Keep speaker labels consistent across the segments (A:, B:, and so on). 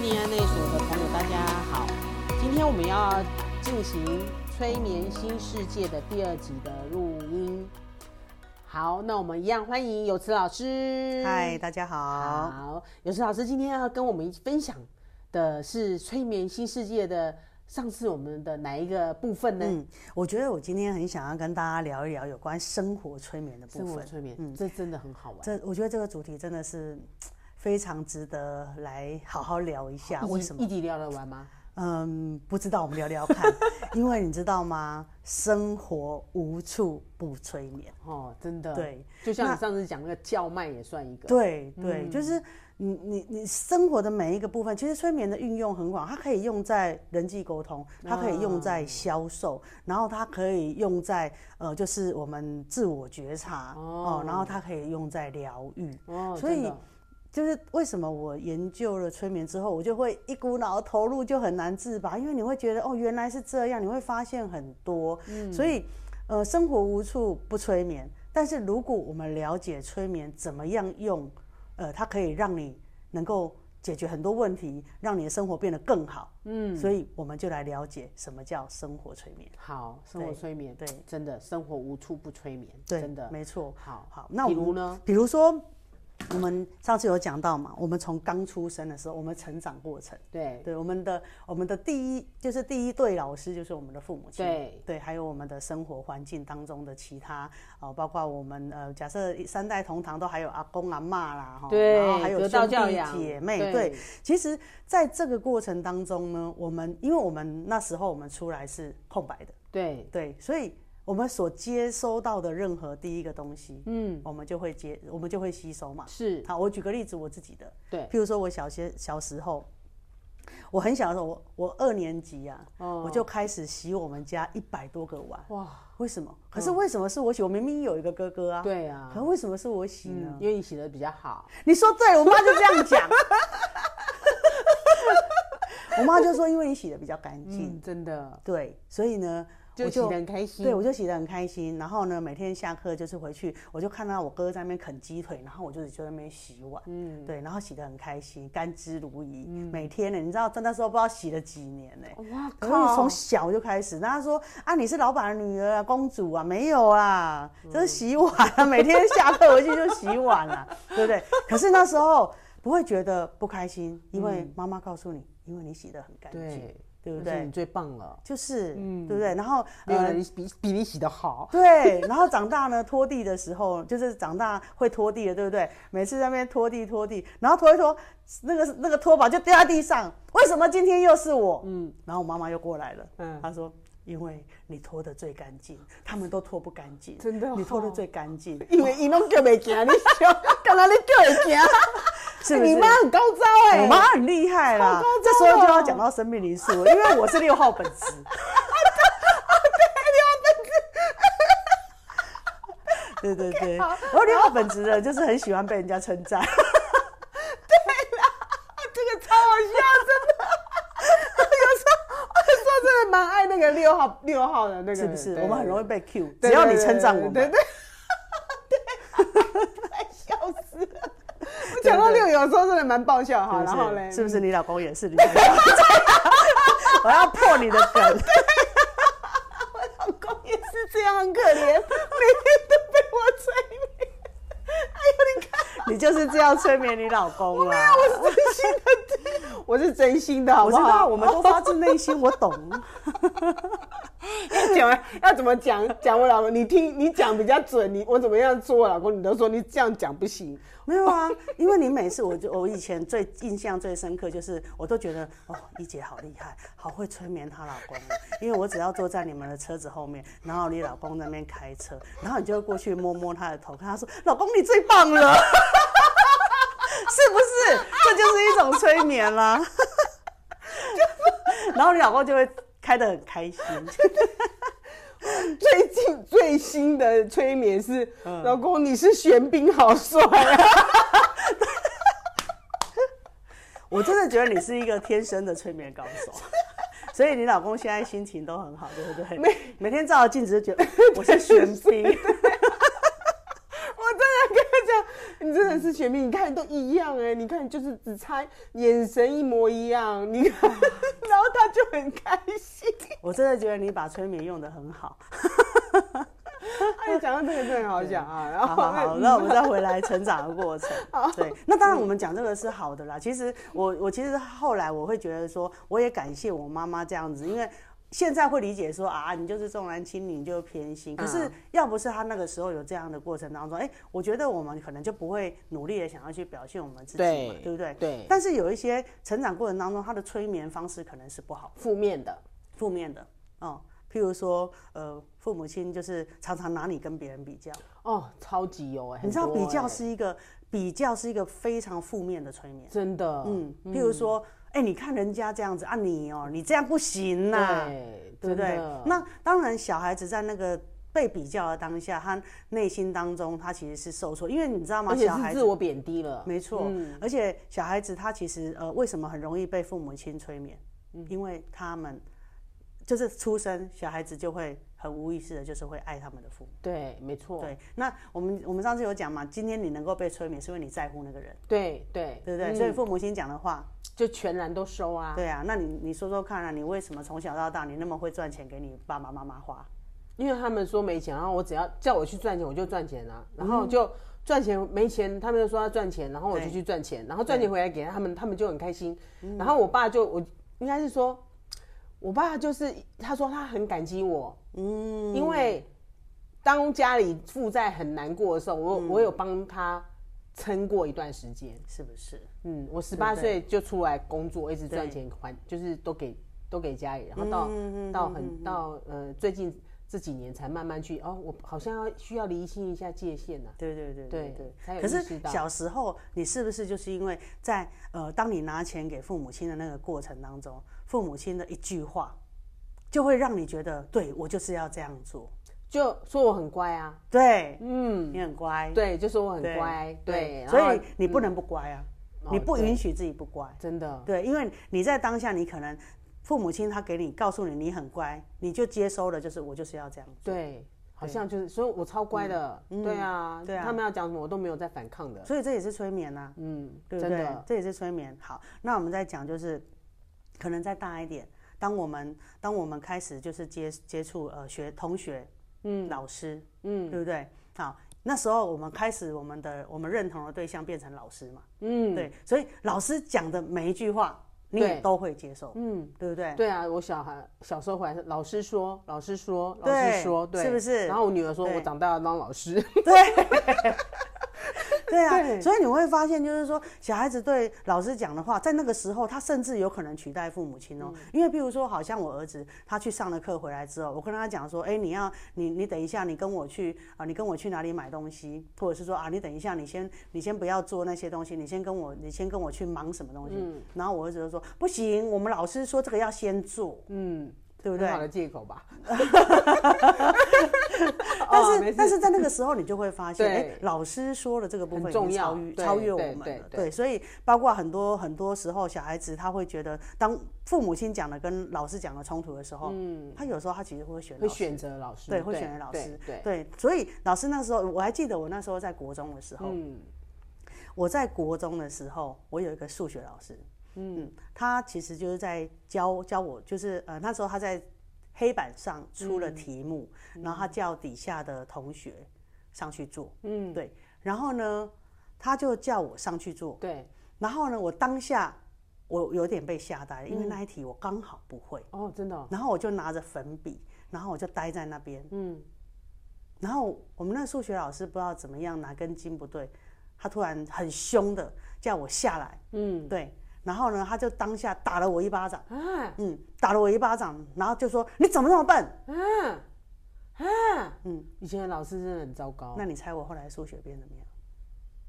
A: 命案内所的朋友，大家好。今天我们要进行《催眠新世界》的第二集的录音。好，那我们一样欢迎有慈老师。
B: 嗨，大家好。
A: 好，有慈老师今天要跟我们分享的是《催眠新世界》的上次我们的哪一个部分呢？
B: 嗯，我觉得我今天很想要跟大家聊一聊有关生活催眠的部
A: 生活
B: 分。
A: 催眠，嗯这真的很好玩。
B: 这我觉得这个主题真的是非常值得来好好聊一下。为什么？
A: 么一集聊得完吗？
B: 嗯，不知道，我们聊聊 看。因为你知道吗？生活无处不催眠。
A: 哦，真的。
B: 对，
A: 就像你上次讲那个叫卖也算一个。
B: 对对，就是你你你生活的每一个部分，其实催眠的运用很广，它可以用在人际沟通，它可以用在销售，然后它可以用在呃，就是我们自我觉察哦、然后它可以用在疗愈。
A: 哦，
B: 所以
A: 真的
B: 就是为什么我研究了催眠之后，我就会一股脑投入，就很难自拔，因为你会觉得哦，原来是这样，你会发现很多。
A: 嗯
B: 所以，呃，生活无处不催眠。但是如果我们了解催眠怎么样用，呃，它可以让你能够解决很多问题，让你的生活变得更好。嗯，所以我们就来了解什么叫生活催眠。
A: 好，生活催眠，
B: 对，
A: 真的生活无处不催眠，
B: 对，
A: 真的
B: 没错。
A: 好。
B: 好，那我
A: 比
B: 们
A: 如呢？
B: 比如说，我们上次有讲到嘛，我们从刚出生的时候，我们成长过程，
A: 对
B: 对我们的我们的第一就是第一对老师就是我们的父母亲，
A: 对
B: 对，还有我们的生活环境当中的其他哦，包括我们呃，假设三代同堂都还有阿公阿妈啦，哈，
A: 对
B: 然后还有
A: 得
B: 兄
A: 到教
B: 弟
A: 养
B: 姐妹，
A: 对
B: 对，其实在这个过程当中呢，我们因为我们那时候我们出来是空白的，
A: 对，
B: 对，所以我们所接收到的任何第一个东西。
A: 嗯，
B: 我们就会接，我们就会吸收嘛。
A: 是，
B: 好，我举个例子，我自己的，
A: 对，
B: 譬如说我小些小时候，我很小的时候，我我二年级啊，
A: 哦啊
B: 我就开始洗我们家一百多个碗，
A: 哇，
B: 为什么？可是为什么是我洗？我明明有一个哥哥啊，
A: 对嗯啊，
B: 可为什么是我洗呢？
A: 嗯，因为你洗的比较好，
B: 你说对了，我妈就这 样讲。我妈就说，因为你洗的比较干净，
A: 嗯，真的，
B: 对，所以呢，
A: 就
B: 我
A: 洗的很开心，
B: 对，我就洗得很开心。然后呢，每天下课就是回去，我就看到我哥在那边啃鸡腿，然后我就就在那边洗碗。嗯，对，然后洗得很开心，甘之如饴。
A: 嗯
B: 每天呢，你知道，在那时候不知道洗了几年呢、
A: 哇
B: 可是
A: 哦靠
B: 从，小就开始，那他说啊，你是老板的女儿啊，公主啊，没有啦，
A: 嗯
B: 这是洗碗啊，每天下课回去就洗碗啦、 对不对？可是那时候不会觉得不开心，因为妈妈告诉你，因为你洗得很干净，
A: 嗯对，
B: 对不
A: 那是
B: 对？
A: 你最棒了，
B: 就是，对不对？然后呃
A: 没有人比比你洗的好，
B: 对，然后长大呢，拖地的时候就是长大会拖地的，对不对？每次在那边拖地拖地，然后拖一拖，那个那个拖把就掉在地上，为什么今天又是我？嗯，然后我妈妈又过来了，
A: 嗯
B: 嗯，她说。因为你拖的最干净，他们都拖不干净，
A: 真的哦
B: 你拖的最干净，
A: 因为伊拢叫袂行，你笑， 干嘛你叫会 行？
B: 是不是？
A: 你妈很高招哎，
B: 我妈很厉害啦
A: 超高，
B: 这
A: 招
B: 时候就
A: 的
B: 要讲到生命灵数了，因为我是六号本质。 对对对，我六号本质的就是很喜欢被人家称赞，
A: 这个超好笑，真的。有时候，有时候真的蛮爱那个六号六号的那个人，
B: 是不是？
A: 对
B: 我们很容易被 Q，
A: 对
B: 只要你称赞我
A: 对对
B: 们，
A: 对，对笑死了。我讲到六，有时候真的蛮爆笑哈。然后嘞，
B: 是不是？你老公也 是？你我要破你的 梗，
A: 老公也是这样，很可怜，每天都被我催眠。哎呦，你看，
B: 你就是这样催眠你老公啦。
A: 我是真心的，我是真心的，好
B: 啊我
A: 不
B: 知
A: 好？
B: 道，我们都发自内心，我懂。
A: 讲要怎么讲讲我老公，你听你讲比较准，你我怎么样说我老公，你都说你这样讲不 行。
B: 没有啊，因为你每次我就我以前最印象最深刻就是，我都觉得哦，一姐好厉害，好会催眠她老公哦，因为我只要坐在你们的车子后面，然后你老公那边开车，然后你就会过去摸摸他的头，跟他说：“老公，你最棒了。” 是不是？这就是一种催眠啦。 然后你老公就会开得很开心。
A: 最近最新的催眠是，
B: 嗯
A: 老公你是玄彬好帅 啊！
B: 我真的觉得你是一个天生的催眠高手，所以你老公现在心情都很好，对不对？每每天照着镜子就觉得我是玄彬，
A: 我真的跟他讲，你真的是学妹，你看都一样哎、你看就是只差眼神一模一样，你 看，然后他就很开心。
B: 我真的觉得你把催眠用的很好。
A: 哎，讲到这个真的很好讲啊，然
B: 好
A: 后
B: 好好，那我们再回来成长的过 程。对，那当然我们讲这个是好的啦。其实我我其实后来我会觉得说，我也感谢我妈妈这样子，因为。现在会理解说啊，你就是重男轻女，你就偏心。可
A: 嗯
B: 是要不是她那个时候有这样的过程当中，哎、我觉得我们可能就不会努力的想要去表现我们自己嘛，
A: 对
B: 对不对？
A: 对
B: 但是有一些成长过程当中，他的催眠方式可能是不好的。
A: 负面的，
B: 负面的，哦、譬如说，呃，父母亲就是常常拿你跟别人比较，
A: 哦，超级有哎、
B: 你知道
A: 很多
B: 比较
A: 哎
B: 是一个比较是一个非常负面的催眠，
A: 真的，
B: 嗯，譬如说，哎、你看人家这样子啊，你哦、你这样不行呐、
A: 对，
B: 对不对
A: 真的？
B: 那当然，小孩子在那个。被比较的当下，他内心当中他其实是受挫，因为你知道吗？
A: 而且
B: 小孩
A: 是
B: 子
A: 自我嗯贬低了，
B: 没错，而且小孩子他其实呃，为什么很容易被父母亲催眠？
A: 嗯
B: 因为他们就是出生，小孩子就会很无意识的，就是会爱他们的父母。
A: 对，没错，
B: 对，那我们我们上次有讲嘛，今天你能够被催眠，是因为你在乎那个人，
A: 对对
B: 对不对？
A: 嗯
B: 所以父母亲讲的话，
A: 就全然都收啊，
B: 对啊，那你你说说看啊，你为什么从小到大你那么会赚钱给你爸爸妈妈花？
A: 因为他们说没钱，然后我只要叫我去赚钱，我就赚钱啊，然
B: 嗯
A: 后就赚钱没钱，他们就说要赚钱，然后我就去赚钱，然后赚钱回来给他们，他们就很开心。
B: 嗯
A: 然后我爸就我应该是说，我爸就是他说他很感激我，
B: 嗯，
A: 因为当家里负债很难过的时候，我、
B: 嗯
A: 我有帮他撑过一段时间。
B: 是不是？
A: 嗯，我十八岁就出来工作，一直赚钱还，就是都给都给家里，然后到、
B: 嗯嗯嗯
A: 到很、到呃最近这几年才慢慢去哦，我好像要需要厘清一下界限啊呐、
B: 对对对
A: 对
B: 对
A: 才有
B: 可
A: 意识
B: 是
A: 到
B: 小时候，你是不是就是因为在呃，当你拿钱给父母亲的那个过程当中，父母亲的一句话，就会让你觉得，对我就是要这样做，
A: 就说我很乖啊，
B: 对、
A: 嗯，
B: 你很乖，
A: 对，就说我很乖，对，然后
B: 所以你不能不乖啊，
A: 哦
B: 你不
A: 对
B: 允许自己不乖，
A: 真的
B: 对，因为你在当下，你可能父母亲他给你告诉你你很乖，你就接收了，就是我就是要这样做。
A: 对，好像就是，所以我超乖的，对啊，
B: 对啊
A: 他们要讲什么我都没有在反抗的，
B: 所以这也是催眠呐、
A: 嗯，
B: 对不
A: 啊真
B: 对
A: 的？
B: 这也是催眠。好，那我们再讲就是，可能再大一点，当我们当我们开始就是接接触呃学同学，嗯，老师，嗯，对不对？好，那时候我们开始我们的我们认同的对象变成老师嘛，
A: 嗯，
B: 对，所以老师讲的每一句话你也
A: 对
B: 都会接受，
A: 嗯。
B: 对不对？
A: 对啊，我小孩小时候回来，老师说，老师说，老师
B: 对
A: 说，对，
B: 是不是
A: 然后我女儿说，
B: 对
A: 我长大要当老师，
B: 对啊，
A: 对
B: 所以你会发现，就是说，小孩子对老师讲的话，在那个时候，他甚至有可能取代父母亲哦。因为，比如说，好像我儿子他去上了课回来之后，我跟他讲说，哎，你要你你等一下，你跟我去啊，你跟我去哪里买东西，或者是说啊，你等一下，你先你先不要做那些东西，你先跟我你先跟我去忙什么东西。然后我儿子就说，不行，我们老师说这个要先做，
A: 嗯，
B: 对不
A: 很
B: 对？
A: 好的借口 吧。
B: 但
A: 哦
B: 是、
A: 没事
B: 但是在那个时候，你就会发现，
A: 对
B: 哎、老师说的这个部分
A: 很
B: 已
A: 重
B: 经
A: 要
B: 超越
A: 对
B: 超越我
A: 对
B: 们了
A: 对对
B: 所以包括很多很多时候，小孩子他会觉得，当父母亲讲的跟老师讲的冲突的时候，嗯，他有时候他其实会选
A: 哦会
B: 老师。
A: 选择老师，
B: 对，会选择老师，
A: 对，
B: 所以老师那时候，我还记得我那时候在国中的时候，
A: 嗯，
B: 我在国中的时候，我有一个数学老师，嗯，他其实就是在教教我，就是呃那时候他在黑板上出
A: 嗯
B: 了题目，然后他叫底下的同学上去做，嗯，对，然后呢，他就叫我上去做，
A: 对，
B: 然后呢，我当下我有点被吓呆了，
A: 嗯
B: 因为那一题我刚好不会，
A: 哦，真的哦，
B: 然后我就拿着粉笔，然后我就待在那边，
A: 嗯，
B: 然后我们那个数学老师不知道怎么样哪根筋不对，他突然很凶的叫我下来，
A: 嗯，
B: 对，然后呢，他就当下打了我一巴掌，
A: 啊，
B: 嗯，打了我一巴掌，然后就说你怎么那么笨？
A: 啊，啊，
B: 嗯，
A: 以前的老师真的很糟糕，
B: 那你猜我后来数学变怎么样？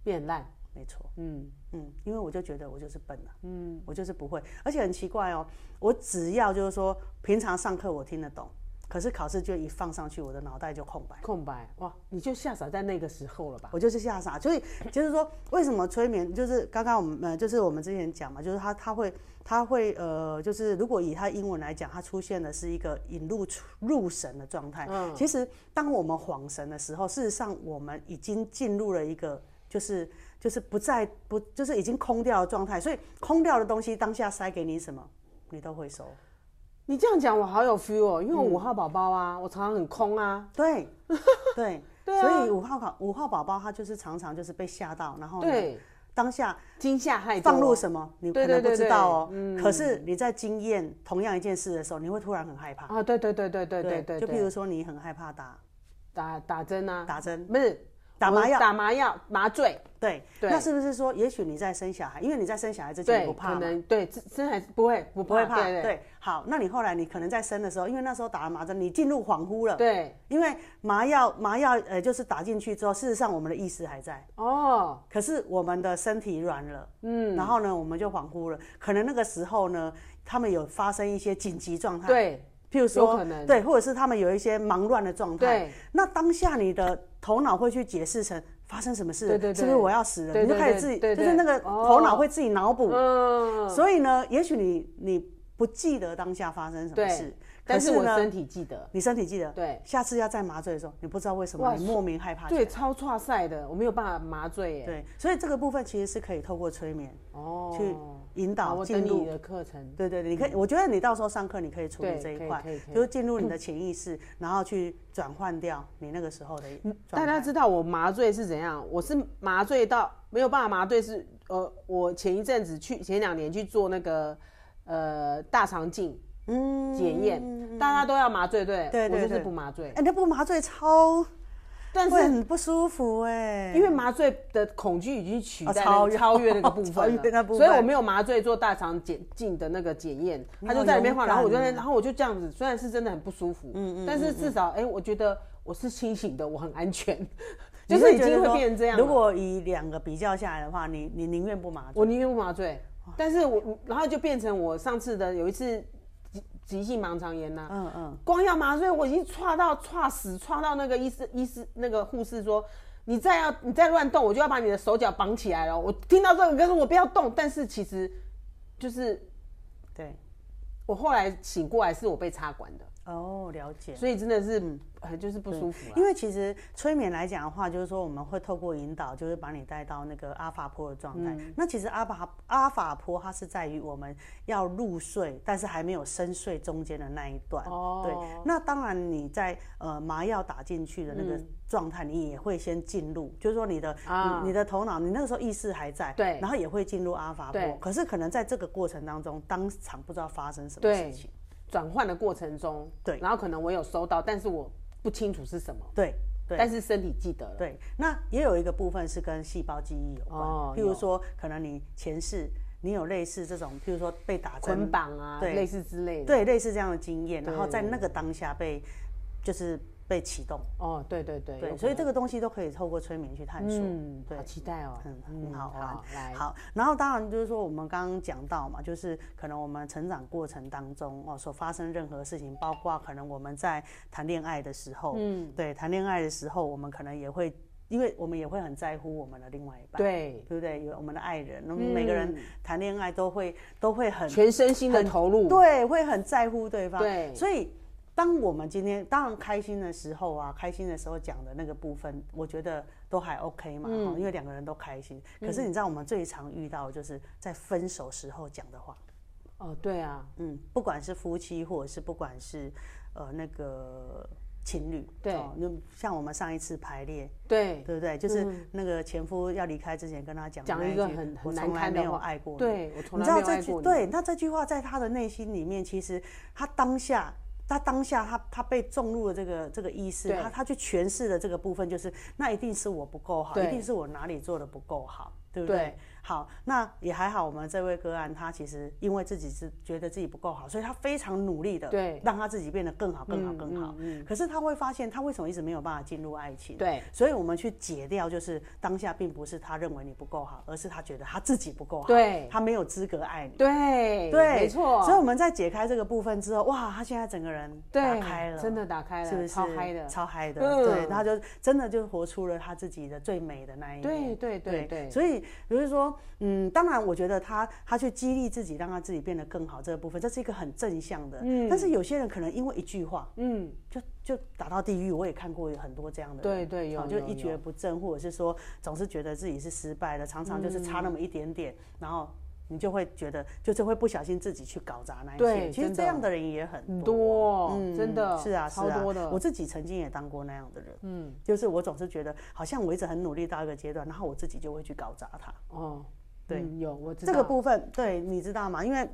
A: 变烂，
B: 没错，
A: 嗯，
B: 嗯，因为我就觉得我就是笨啊，嗯，我就是不会，而且很奇怪哦，我只要就是说平常上课我听得懂，可是考试就一放上去，我的脑袋就空白。
A: 空白，哇，你就吓傻在那个时候了吧？
B: 我就是吓傻，所以就是说，为什么催眠就是刚刚我们呃，就是我们之前讲嘛，就是他他会他会呃，就是如果以他英文来讲，他出现的是一个引入出入神的状态。
A: 嗯
B: 其实当我们恍神的时候，事实上我们已经进入了一个就是就是不在不就是已经空掉的状态，所以空掉的东西当下塞给你什么，你都会收。
A: 你这样讲我好有 feel 哦，因为我
B: 嗯
A: 五号宝宝啊，我常常很空啊，
B: 对，对，啊
A: 对啊
B: 所以五号宝五号宝宝他就是常常就是被吓到，然后呢
A: 对，
B: 当下
A: 惊吓害
B: 哦放入
A: 入
B: 什么你
A: 对
B: 可
A: 对
B: 能不
A: 对
B: 知
A: 对
B: 道哦，
A: 嗯
B: 可是你在经验同样一件事的时候，你会突然很害怕。
A: 啊，对对对对对对对，
B: 就
A: 对啊
B: 譬如说你很害怕打
A: 打打针啊，
B: 打针，
A: 不是
B: 打麻药
A: 打麻药麻醉，
B: 对，
A: 对
B: 那是不是说，也许你在生小孩，因为你在生小孩之前你
A: 对，
B: 不
A: 可
B: 怕嘛，
A: 能对，真真还是不会不
B: 不会怕，
A: 对对
B: 好，那你后来你可能在生的时候，因为那时候打了麻针，你进入恍惚了，
A: 对，
B: 因为麻药麻药呃就是打进去之后，事实上我们的意识还在，
A: 哦，
B: 可是我们的身体软了，
A: 嗯，
B: 然后呢我们就恍惚了，可能那个时候呢，他们有发生一些紧急状态，
A: 对
B: 譬如
A: 有
B: 说
A: 可能
B: 对，或者是他们有一些忙乱的状态，
A: 对，
B: 那当下你的头脑会去解释成发生什么事了，
A: 对对对
B: 是不是我要死了？
A: 对对
B: 你就开始自己，
A: 对对对
B: 就是那个
A: 哦
B: 头脑会自己脑补。
A: 嗯，
B: 所以呢，也许你你不记得当下发生什么事，可
A: 但是
B: 是
A: 我
B: 呢，
A: 身体记得，
B: 你身体记得。
A: 对
B: 下次要再麻醉的时候，你不知道为什
A: 哇
B: 么，你莫名害怕。
A: 对，超差赛的，我没有办法麻醉耶，
B: 对，所以这个部分其实是可以透过催眠
A: 哦，
B: 去引
A: 好
B: 导
A: 我
B: 进
A: 等你
B: 入。
A: 的课程，
B: 对对对，你可以，我觉得你到时候上课你可以处理
A: 嗯对
B: 这
A: 可
B: 一
A: 以
B: 块
A: 可以可，以
B: 就是进入你的潜意识，然后去转换掉你那个时候的
A: 大
B: 状态。
A: 家知道我麻醉是怎样？我是麻醉到没有办法麻醉是，呃，我前一阵子去前两年去做那个呃大肠镜
B: 嗯
A: 检验，大家都要麻醉，对，
B: 对对
A: 我就是
B: 对
A: 不麻醉
B: 哎、，那不麻醉超
A: 但
B: 会
A: 是
B: 很不舒服哎、
A: 因为麻醉的恐惧已经取代、那
B: 哦超
A: 个
B: 越
A: 超越那个部分了，
B: 超越那部
A: 所
B: 分
A: 以我没有麻醉做大肠检镜的那个检验，
B: 你
A: 他
B: 好
A: 就在里面
B: 勇
A: 晃，
B: 敢
A: 然后我就在那边，
B: 哦
A: 然后我就这样子，虽然是真的很不舒服，嗯嗯，但是至少哎、我觉得我是清醒的，我很安 全，就是已
B: 觉
A: 经
B: 得
A: 会
B: 说
A: 变成这样了。
B: 如果以两个比较下来的话，你你宁愿不麻醉，
A: 我宁愿不麻醉，但是我然后就变成我上次的有一次急急性盲肠炎呐、啊
B: 嗯嗯，
A: 光要麻醉我已经踹到踹死，踹到那个医师医师那个护士说。你再要你再乱动，我就要把你的手脚绑起来了。我听到这个，可是我不要动。但是其实，就是
B: 对，
A: 我后来醒过来，是我被插管的，
B: 哦，了解。
A: 所以真的是很、就是不舒服了。啊
B: 因为其实催眠来讲的话，就是说我们会透过引导，就是把你带到那个阿法波的状态。
A: 嗯
B: 那其实阿法阿法波它是在于我们要入睡，但是还没有深睡中间的那一段。
A: 哦
B: 对，那当然你在呃麻药打进去的那个状态，你也会先进入，就是说你的、
A: 啊
B: 你你的头脑，你那个时候意识还在，
A: 对
B: 然后也会进入阿法波
A: 对。
B: 可是可能在这个过程当中，当场不知道发生什么
A: 对
B: 事情。
A: 转换的过程中，
B: 对
A: 然后可能我有收到，但是我不清楚是什么，
B: 对对。
A: 但是身体记得了。
B: 对，那也有一个部分是跟细胞记忆有关，
A: 哦
B: 譬如说，可能你前世你有类似这种，譬如说被打
A: 捆
B: 针，
A: 绑啊，
B: 对
A: 类似之类的。
B: 对，类似这样的经验，然后
A: 对
B: 在那个当下被就是被启动，
A: 哦，对对对，有
B: 对，
A: 可
B: 所以
A: 能
B: 这个东西都可以透过催眠去探索，
A: 嗯，
B: 对
A: 好。期待哦，
B: 很很嗯好玩
A: 来，
B: 好，然后当然就是说，我们刚刚讲到嘛，就是可能我们成长过程当中哦，所发生任何事情，包括可能我们在谈恋爱的时候，嗯，对，谈恋爱的时候，我们可能也会，因为我们也会很在乎我们的另外一半，
A: 对，
B: 对不对？有我们的爱人，那么每个人谈恋爱都会都会很
A: 全身心的投入，
B: 对，会很在乎对方。
A: 对
B: 所以当我们今天当然开心的时候啊，开心的时候讲的那个部分，我觉得都还 OK 嘛，
A: 嗯
B: 哈因为两个人都开心。可是你知道，我们最常遇到的就是在分手时候讲的话，
A: 哦，对啊，
B: 嗯，不管是夫妻，或者是不管是呃那个。情侣
A: 对
B: 哦那、像我们上一次排列，
A: 对，
B: 对不对？就是那个前夫要离开之前跟他讲的
A: 嗯讲
B: 那
A: 一个
B: 句
A: 很
B: 我
A: 很难
B: 从来
A: 堪的
B: 没有
A: 话
B: 爱过你
A: 对我从
B: 你
A: 来
B: 知
A: 没
B: 道
A: 有
B: 这
A: 爱
B: 句
A: 过你，
B: 对，那这句话在他的内心里面，其实他当下，他当下他他被种入了这个这个意识，
A: 对
B: 他他去诠释的这个部分就是，那一定是我不够好，
A: 对
B: 一定是我哪里做的不够好，对不
A: 对
B: 对？好，那也还好，我们这位个案他其实因为自己是觉得自己不够好，所以他非常努力的，
A: 对，
B: 让他自己变得更好、更好、
A: 嗯
B: 更好。
A: 嗯
B: 可是他会发现，他为什么一直没有办法进入爱情？
A: 对，
B: 所以我们去解掉，就是当下并不是他认为你不够好，而是他觉得他自己不够好，
A: 对
B: 他没有资格爱你。
A: 对
B: 对，
A: 没错，
B: 所以我们在解开这个部分之后，哇，他现在整个人打
A: 对
B: 开了，
A: 真的打开了，
B: 是不是
A: 超嗨的，
B: 超嗨的，
A: 嗯
B: 对，他就真的就活出了他自己的最美的那一面。
A: 对对对对，
B: 所以比如说，嗯，当然我觉得他他去激励自己，让他自己变得更好这个部分，这是一个很正向的。嗯，但是有些人可能因为一句话
A: 嗯，
B: 就就打到地狱，我也看过有很多这样的人。
A: 对对，有
B: 好就一蹶不振，或者是说总是觉得自己是失败的，常常就是差那
A: 嗯
B: 么一点点，然后你就会觉得就是会不小心自己去搞砸那一
A: 对
B: 些。其实
A: 真的
B: 这样的人也很
A: 很
B: 多
A: 多，真的
B: 是啊，是
A: 超
B: 啊
A: 多的，
B: 我自己曾经也当过那样的人，
A: 嗯，
B: 就是我总是觉得好像我一直很努力到一个阶段，然后我自己就会去搞砸它。
A: 哦，
B: 对
A: 嗯，有我知
B: 这个
A: 道，
B: 部分，对，你知道吗？因为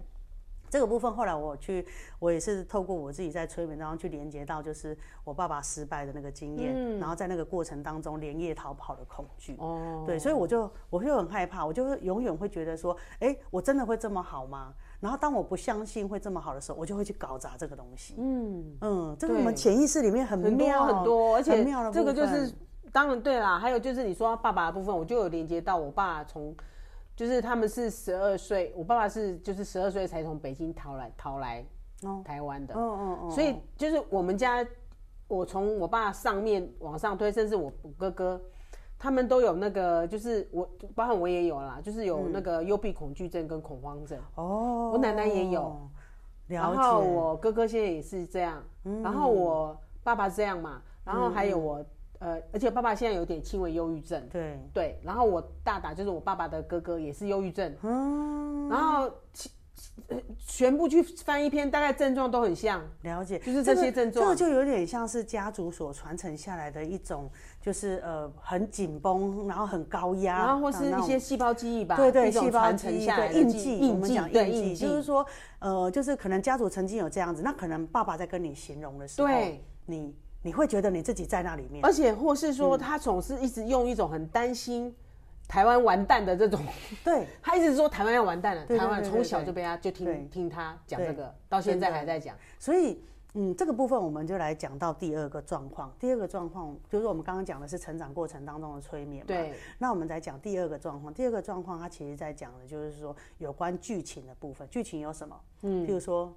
B: 这个部分后来我去，我也是透过我自己在催眠当中去连接到，就是我爸爸失败的那个经验，
A: 嗯
B: 然后在那个过程当中连夜逃跑的恐惧。
A: 哦，
B: 对，所以我就我就很害怕，我就会永远会觉得说，哎、我真的会这么好吗？然后当我不相信会这么好的时候，我就会去搞砸这个东西。
A: 嗯，
B: 嗯，这个
A: 对
B: 我们潜意识里面很
A: 很
B: 妙
A: 多很多，而且
B: 很妙的
A: 这个
B: 部
A: 就
B: 分
A: 是当然对啦，还有就是你说爸爸的部分，我就有连接到我爸从。就是他们是十二岁，我爸爸是就是十二岁才从北京逃来逃来
B: 哦
A: 台湾的，
B: 嗯嗯嗯，
A: 所以就是我们家，我从我爸上面往上推，甚至我哥哥，他们都有那个，就是我包含我也有啦，就是有
B: 嗯
A: 那个幽闭恐惧症跟恐慌症。
B: 哦，
A: 我奶奶也有，然
B: 了
A: 后
B: 解，嗯
A: 我哥哥现在也是这样，然后我爸爸这样嘛，然后还有我、呃，而且爸爸现在有点轻微忧郁症，
B: 对，
A: 对，然后我大大就是我爸爸的哥哥也是忧郁症，
B: 嗯，
A: 然后其呃全部去翻一篇，大概症状都很像，
B: 了解，
A: 就是
B: 这
A: 这些
B: 个
A: 症
B: 这
A: 状
B: 个就有点像是家族所传承下来的一种，就是呃很紧绷，然后很高压，
A: 然后或是
B: 啊那
A: 一
B: 种
A: 些细胞记忆吧，
B: 对对，
A: 一种
B: 细胞
A: 传
B: 记
A: 承
B: 忆
A: 下来
B: 对
A: 的
B: 印
A: 记
B: 记，我
A: 印
B: 们
A: 记
B: 讲
A: 对
B: 印
A: 印
B: 记，
A: 记，
B: 就是说，呃，就是可能家族曾经有这样子，那可能爸爸在跟你形容的时候，
A: 对
B: 你你会觉得你自己在那里面，
A: 而且或是
B: 嗯
A: 说他总是一直用一种很担心台湾完蛋的这种，
B: 对，
A: 他一直说台湾要完蛋了，
B: 对对
A: 台湾
B: 对对
A: 从小
B: 对
A: 就被他就
B: 对
A: 听听他讲
B: 对
A: 这个，到现在
B: 真的
A: 还在讲，
B: 所以。嗯，这个部分我们就来讲到第二个状况。第二个状况就是我们刚刚讲的是成长过程当中的催眠嘛。
A: 对，
B: 那我们再讲第二个状况，第二个状况它其实在讲的就是说有关剧情的部分。剧情有什么？嗯，譬如说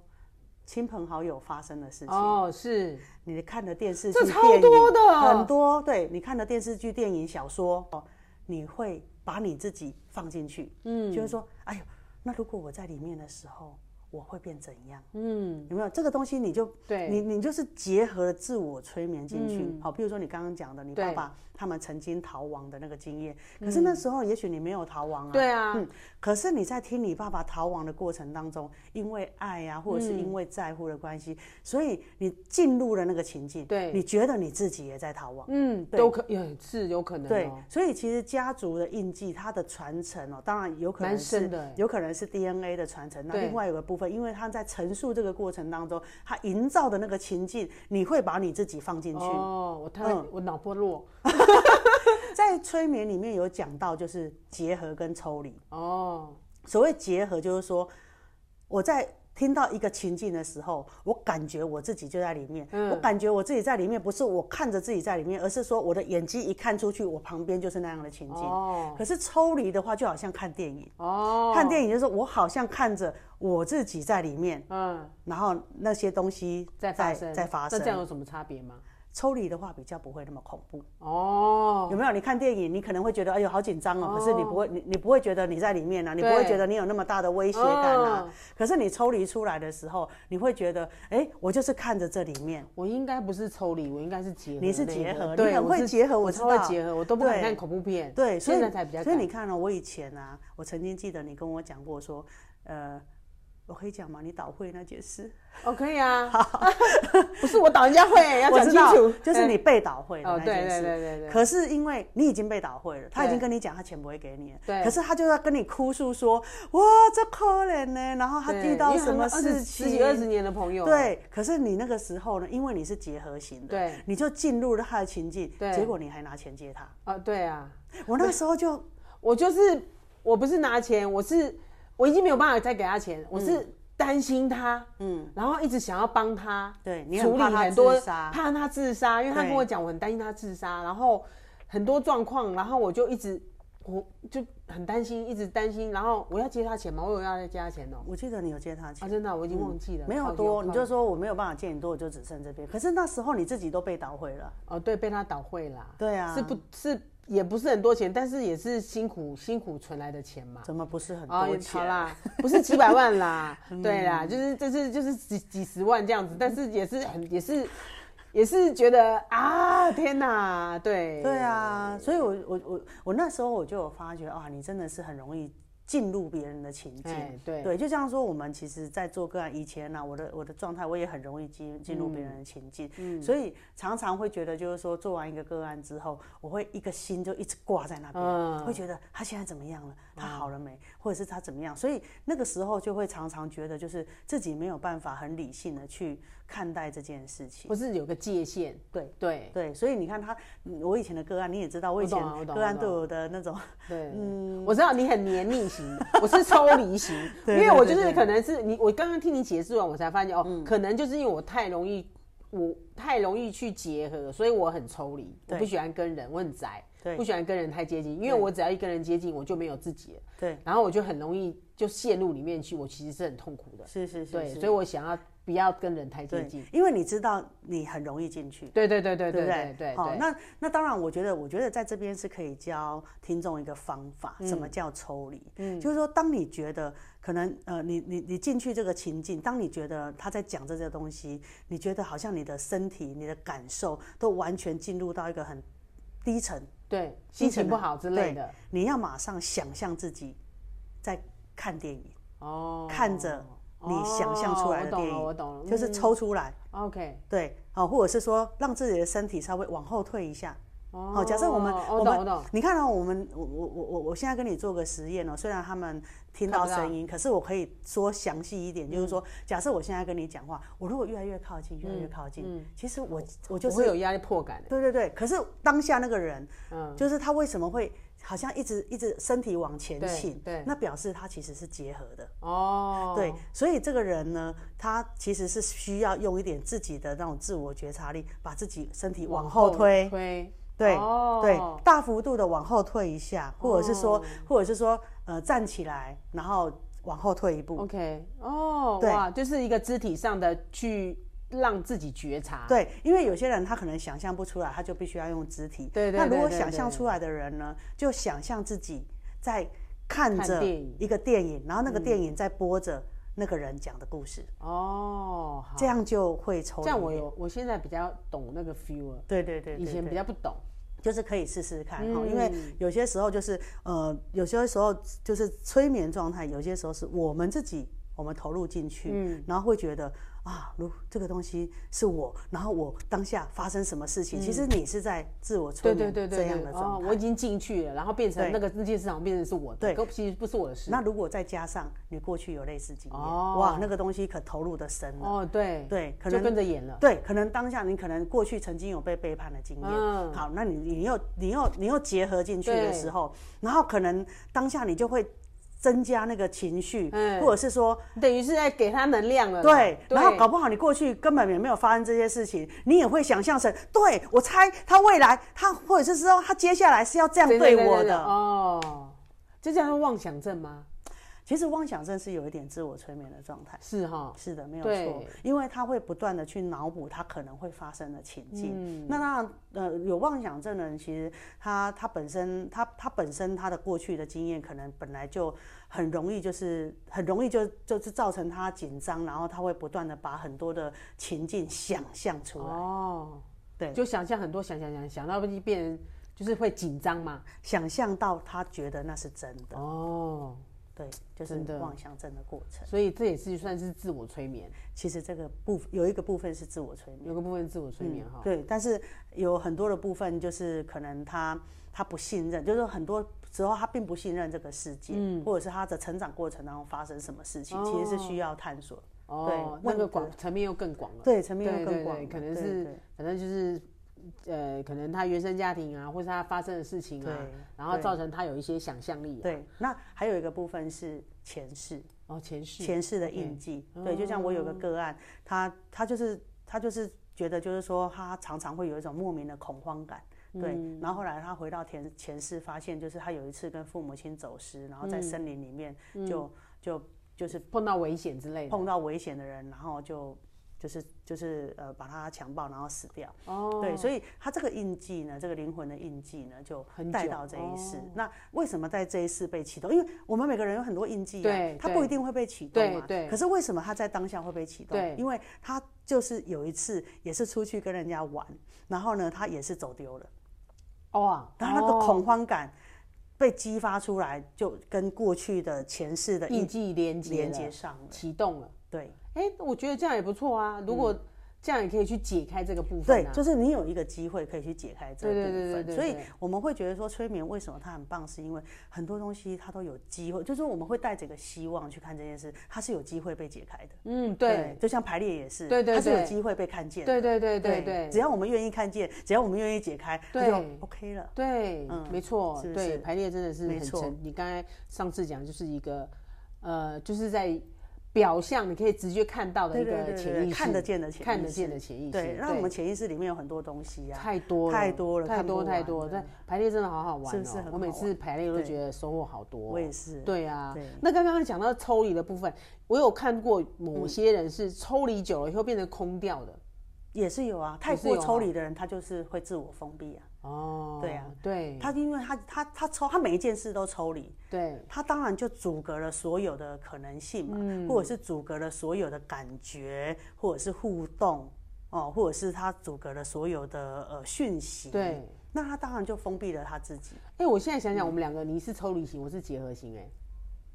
B: 亲朋好友发生的事情，
A: 哦，是
B: 你看的电视剧、
A: 这
B: 电
A: 超
B: 影
A: 多的
B: 很多，对你看的电视剧、电影、小说，哦，你会把你自己放进去，嗯，就是说，哎呦，那如果我在里面的时候，我会变怎样？嗯，有没有这个东西？你就
A: 对嗯
B: 你你就是结合了自我催眠进去，好，譬如说你刚刚讲的，你
A: 对嗯
B: 爸爸他们曾经逃亡的那个经验，可是那时候也许你没有逃亡啊，
A: 对啊，
B: 嗯，可是你在听你爸爸逃亡的过程当中，因为爱啊，或者是
A: 嗯
B: 因为在乎的关系，所以你进入了那个情境，
A: 对
B: 你觉得你自己也在逃亡。
A: 嗯，
B: 对
A: 都可也是有可能
B: 对
A: 哦，，
B: 所以其实家族的印记，它的传承哦，当然有可能
A: 蛮
B: 是
A: 深的欸
B: 有可能是 DNA 的传承。那
A: 对
B: 另外有个部分，因为他在陈述这个过程当中，他营造的那个情境，你会把你自己放进去。嗯
A: 哦，我太我脑波弱，
B: 在催眠里面有讲到，就是结合跟抽离。
A: 哦，
B: 所谓结合，就是说我在听到一个情境的时候，我感觉我自己就在里面，
A: 嗯
B: 我感觉我自己在里面，不是我看着自己在里面，而是说我的眼睛一看出去，我旁边就是那样的情境。
A: 哦，
B: 可是抽离的话，就好像看电影，
A: 哦，
B: 看电影就是我好像看着我自己在里面，
A: 嗯，
B: 然后那些东西
A: 在发生，
B: 在发
A: 那这样
B: 生。
A: 有什么差别吗？
B: 抽离的话比较不会那么恐怖，
A: 哦，
B: 有没有？你看电影，你可能会觉得哎呦好紧张哦，可是你不会，你你不会觉得你在里面啊，你不会
A: 对
B: 觉得你有那么大的威胁感啊。
A: 哦
B: 可是你抽离出来的时候，你会觉得，哎、我就是看着这里面，
A: 我应该不是抽离，我应该是结合那个。
B: 你是结
A: 嗯
B: 合
A: 对，
B: 你很
A: 我
B: 会
A: 是
B: 结合我知
A: 超会
B: 道
A: 结合，我都不敢
B: 对
A: 看恐怖片。
B: 对，所以
A: 现在才比较
B: 所以
A: 敢。
B: 你看了、我以前啊，我曾经记得你跟我讲过说，呃，我可以讲吗？你倒会那件事，
A: 哦，可以啊， 不是我导人家 会，要
B: 我
A: 讲
B: 知
A: 清
B: 道
A: 楚，，
B: 就是你被倒会的
A: 哦
B: 那
A: 对
B: 件
A: 对
B: 事。
A: 对对对
B: 可是因为你已经被倒会了，他已经
A: 对
B: 跟你讲他钱不会给你了，
A: 对
B: 可是他就要跟你哭诉说，哇，这可怜呢，然后他
A: 对
B: 遇到
A: 因为
B: 什么
A: 他们
B: 事
A: 20
B: 情，
A: 十几二十年的朋友，，啊
B: 对，可是你那个时候呢，因为你是结合型的，
A: 对，
B: 你就进入了他的情境，
A: 对
B: 结果你还拿钱接他。
A: 啊，对啊，
B: 我那时候就
A: 我就是我不是拿钱，我是我已经没有办法再给他钱，我是
B: 嗯
A: 担心他，嗯，然后一直想要帮他，
B: 对你很
A: 处理
B: 怕他
A: 很多
B: 自杀
A: 怕他自杀，因为他
B: 对
A: 跟我讲我很担心他自杀，然后很多状况，然后我就一直我就很担心，一直担心，然后我要借他钱吗？我有要再借他钱哦、
B: 我记得你有接他
A: 啊，
B: 钱，
A: 真的啊、我已经忘记了，
B: 嗯没有
A: 靠
B: 多，你
A: 靠
B: 就说我没有办法借你多，我就只剩这边。可是那时候你自己都被捣毁了，
A: 哦，对，被他倒会啦。
B: 对啊
A: 是不，是也不是很多钱，但是也是辛苦辛苦存来的钱嘛。
B: 怎么不是很
A: 啊，
B: 多
A: 好
B: 钱？嗯
A: 啦，不是几百万 啦，对啦，就是就是就是几几十万这样子，但是也是很也是也是觉得啊，天哪，对
B: 对，啊，所以我我我我那时候我就有发觉啊，你真的是很容易进入别人的情境。
A: 哎对，
B: 对，就像说我们其实，在做个案以前呢、啊我的我的状态，我也很容易进进入别
A: 嗯
B: 人的情境，所以常常会觉得，就是说做完一个个案之后，我会一个心就一直挂在那边，
A: 嗯
B: 会觉得他现在怎么样了，他好了没，或者是他怎么样，所以那个时候就会常常觉得，就是自己没有办法很理性的去看待这件事情。
A: 不是有个界限，
B: 对
A: 对
B: 对，所以你看他，嗯我以前的个案你也知道，我以
A: 我懂
B: 前
A: 啊我懂
B: 个
A: 我
B: 案对
A: 懂
B: 我的 那种
A: 对，嗯，我知道你很黏腻型， 我是抽离型，因
B: 对
A: 为我就
B: 对
A: 是
B: 对嗯
A: 可能是你，我刚刚听你解释完，我才发现哦，可能就是因为我太容易。我太容易去结合，所以我很抽离，我不喜欢跟人，我很宅，
B: 对
A: 不喜欢跟人太接近，因为
B: 对
A: 我只要一跟人接近，我就没有自己了。
B: 对，
A: 然后我就很容易就陷入里面去，我其实是很痛苦的。
B: 是是是，
A: 对，
B: 是
A: 所以我想要不要跟人太接
B: 对
A: 近。，
B: 因为你知道你很容易进去。
A: 对对对对对
B: 不
A: 对对
B: 好，
A: 对，
B: 那那当然，我觉得，我觉得在这边是可以教听众一个方法，什么叫抽离？嗯，就是说，当你觉得可能呃，你你你进去这个情境，当你觉得他在讲这些东西，你觉得好像你的身体、你的感受都完全进入到一个很低沉，
A: 对心情
B: 层
A: 不好之类的。
B: 你要马上想象自己在看电影，
A: 哦，
B: 看着你想象出来的电影，
A: 哦我懂了，我懂了，
B: 就是抽出来。
A: 嗯 OK。
B: 对，好，或者是说让自己的身体稍微往后退一下。好，假设我们、
A: 哦
B: 我
A: 我懂我
B: 们
A: 懂，
B: 你看哦，我们我我我我我现在跟你做个实验哦，虽然他们听
A: 看
B: 到
A: 不到嗯
B: 声音，可是我可以说详细一点，就是说，假设我现在跟你讲话，我如果越来越靠近，越来越靠近，其实我我
A: 嗯
B: 就
A: 我
B: 是
A: 会有压力破感的。
B: 对对对，可是当下那个人，
A: 嗯，
B: 就是他为什么会好像一直一直身体往前
A: 对
B: 倾，
A: 对
B: 那表示他其实是结合的。
A: 哦，
B: 对，所以这个人呢，他其实是需要用一点自己的那种自我觉察力，把自己身体往后推，
A: 推，
B: 对、
A: 哦
B: 对，大幅度的往后退一下，或者是说，或者是说，呃，站起来，然后往后退一步。
A: ，OK，哦，
B: 对
A: 哇，就是一个肢体上的去让自己觉察。
B: 对，因为有些人他可能想象不出来，他就必须要用肢体。
A: 对对
B: 那
A: 对
B: 如果
A: 对
B: 想
A: 对
B: 象出来的人呢，就想象自己在看
A: 看
B: 着
A: 电影嗯
B: 一个电影，然后那个电影在播着那个人讲的故事，
A: 哦，好，
B: 这样就会抽
A: 这样
B: 离
A: 我
B: 一点
A: 有，我现在比较懂那个 feel 了，
B: 对对对对
A: 以前
B: 对
A: 比较不懂。
B: 就是可以试试看哈、
A: 嗯
B: 因为有些时候就是呃，有些时候就是催眠状态，有些时候是我们自己我们投入进去，
A: 嗯
B: 然后会觉得啊，如这个东西是我，然后我当下发生什么事情，其实你是在自我催
A: 对对
B: 眠
A: 嗯对对
B: 这
A: 对，
B: 样的状态。
A: 哦，我已经进去了，然后变成那个那件事好像变成是我的，
B: 对
A: 可其实不是我的事。
B: 那如果再加上你过去有类似经验，
A: 哦
B: 哇，那个东西可投入的深了。
A: 哦，对，
B: 对，可
A: 就
B: 能
A: 跟着演了。
B: 对，可能当下你可能过去曾经有被背叛的经验，
A: 嗯
B: 好，那你你又你又你又结合进去
A: 对
B: 的时候，然后可能当下你就会增加那个情绪，
A: 嗯
B: 或者是说。
A: 等于是在给他能量了啦。
B: 对，然后搞不好你过去根本也没有发生这些事情，你也会想象成，对我猜他未来他或者是说他接下来是要这样对我的。
A: 哦，这叫做妄想症吗？
B: 其实妄想症是有一点自我催眠的状态。
A: 是哈，
B: 是的，没有
A: 对
B: 错，因为他会不断的去脑补他可能会发生的情境。
A: 嗯
B: 那当然，呃，有妄想症的人，其实他他本身他他本身他的过去的经验，可能本来就很容易就是很容易就就是造成他紧张，然后他会不断的把很多的情境想象出来，
A: 哦，
B: 对
A: 就想象很多，想想想想到就变成就是会紧张嘛。
B: 想象到他觉得那是真的，
A: 哦，
B: 对，就是
A: 真的
B: 妄想症的过程。
A: 所以这也是算是自我催眠，
B: 其实这个部有一个部分是自我催眠。
A: 有个部分自我催眠哈。
B: 嗯对，但是有很多的部分就是可能他他不信任，就是很多时候他并不信任这个世界，或者是他的成长过程当中发生什么事情，其实是需要探索。
A: 哦，
B: 对
A: 那个
B: 问
A: 广层面又更广了。
B: 对，层面
A: 对对
B: 又更
A: 对
B: 广了，
A: 可能
B: 对
A: 是
B: 对
A: 反正就是，呃，可能他原生家庭啊，或是他发生的事情啊
B: 对，
A: 然后
B: 对
A: 造成他有一些想象力、啊。
B: 对。那还有一个部分是前世，
A: 哦，前世。
B: 前世的印记。对，就像我有个个案，他他就是他就是觉得就是说他常常会有一种莫名的恐慌感。对，
A: 嗯
B: 然后后来他回到前前世，发现就是他有一次跟父母亲走失，然后
A: 嗯
B: 在森林里面就、就就是
A: 碰到危险之类的。
B: 碰到危险的人，然后就就是就是呃把他强暴然后死掉。
A: 哦，
B: 对，所以他这个印记呢，这个灵魂的印记呢，就
A: 很久
B: 带到这一世。
A: 哦
B: 那为什么在这一世被启动？因为我们每个人有很多印记、啊，
A: 对
B: 他
A: 对
B: 不一定会被启动嘛。
A: 对对
B: 可是为什么他在当下会被启动？
A: 对
B: 因为他就是有一次也是出去跟人家玩，然后呢，他也是走丢了，
A: 哇，
B: 然后那
A: 哦
B: 个恐慌感被激发出来，就跟过去的前世的
A: 印
B: 印
A: 记连接
B: 连
A: 了
B: 接上了。
A: 启动了。
B: 对
A: 哎、我觉得这样也不错
B: 嗯
A: 啊。如果这样也可以去解开这个部分、
B: 对
A: 啊，，
B: 就是你有一个机会可以去解开这个部
A: 对
B: 分。
A: 对对对对
B: 所以
A: 对
B: 我们会觉得说催眠为什么它很棒，是因为很多东西它都有机会，就是我们会带着一个希望去看这件事，它是有机会被解开的。
A: 嗯，对，，
B: 就像排列也是，
A: 对对
B: 它是有
A: 对
B: 机会被看见的。
A: 对对对对对
B: 只要我们愿意看见，只要我们愿意解开，它就
A: 对
B: OK 了。
A: 对，
B: 嗯
A: 没错，
B: 是不
A: 对，
B: 是
A: 排列真的是很
B: 没错
A: 沉。你刚才上次讲就是一个，呃，就是在表象你可以直接看到的一
B: 对对
A: 个
B: 对对
A: 潜意识，
B: 看得见的潜意识，
A: 看得见的潜意识。
B: 对，那我们潜意识里面有很多东西呀、啊。
A: 太多了，
B: 太多了
A: 太
B: 看不
A: 多
B: 完
A: 太多了。
B: 了
A: 对，排列真的好好玩哦，
B: 是不是很好玩
A: 我每次排列都觉得收获好多哦、
B: 我也是，
A: 对啊
B: 对，
A: 那刚刚讲到抽离的部分，我有看过某些人是抽离久了以后变成空掉的。
B: 也是有啊。太
A: 是有
B: 过
A: 啊
B: 抽离的人，他就是会自我封闭啊。
A: 哦，
B: 对啊，
A: 对
B: 他因为他他他抽，他每一件事都抽离，
A: 对
B: 他当然就阻隔了所有的可能性嘛，
A: 嗯
B: 或者是阻隔了所有的感觉，或者是互动哦，或者是他阻隔了所有的呃讯息。，
A: 对。
B: 那他当然就封闭了他自己。
A: 哎、我现在想想，我们两个你是抽离型，我是结合型、哎，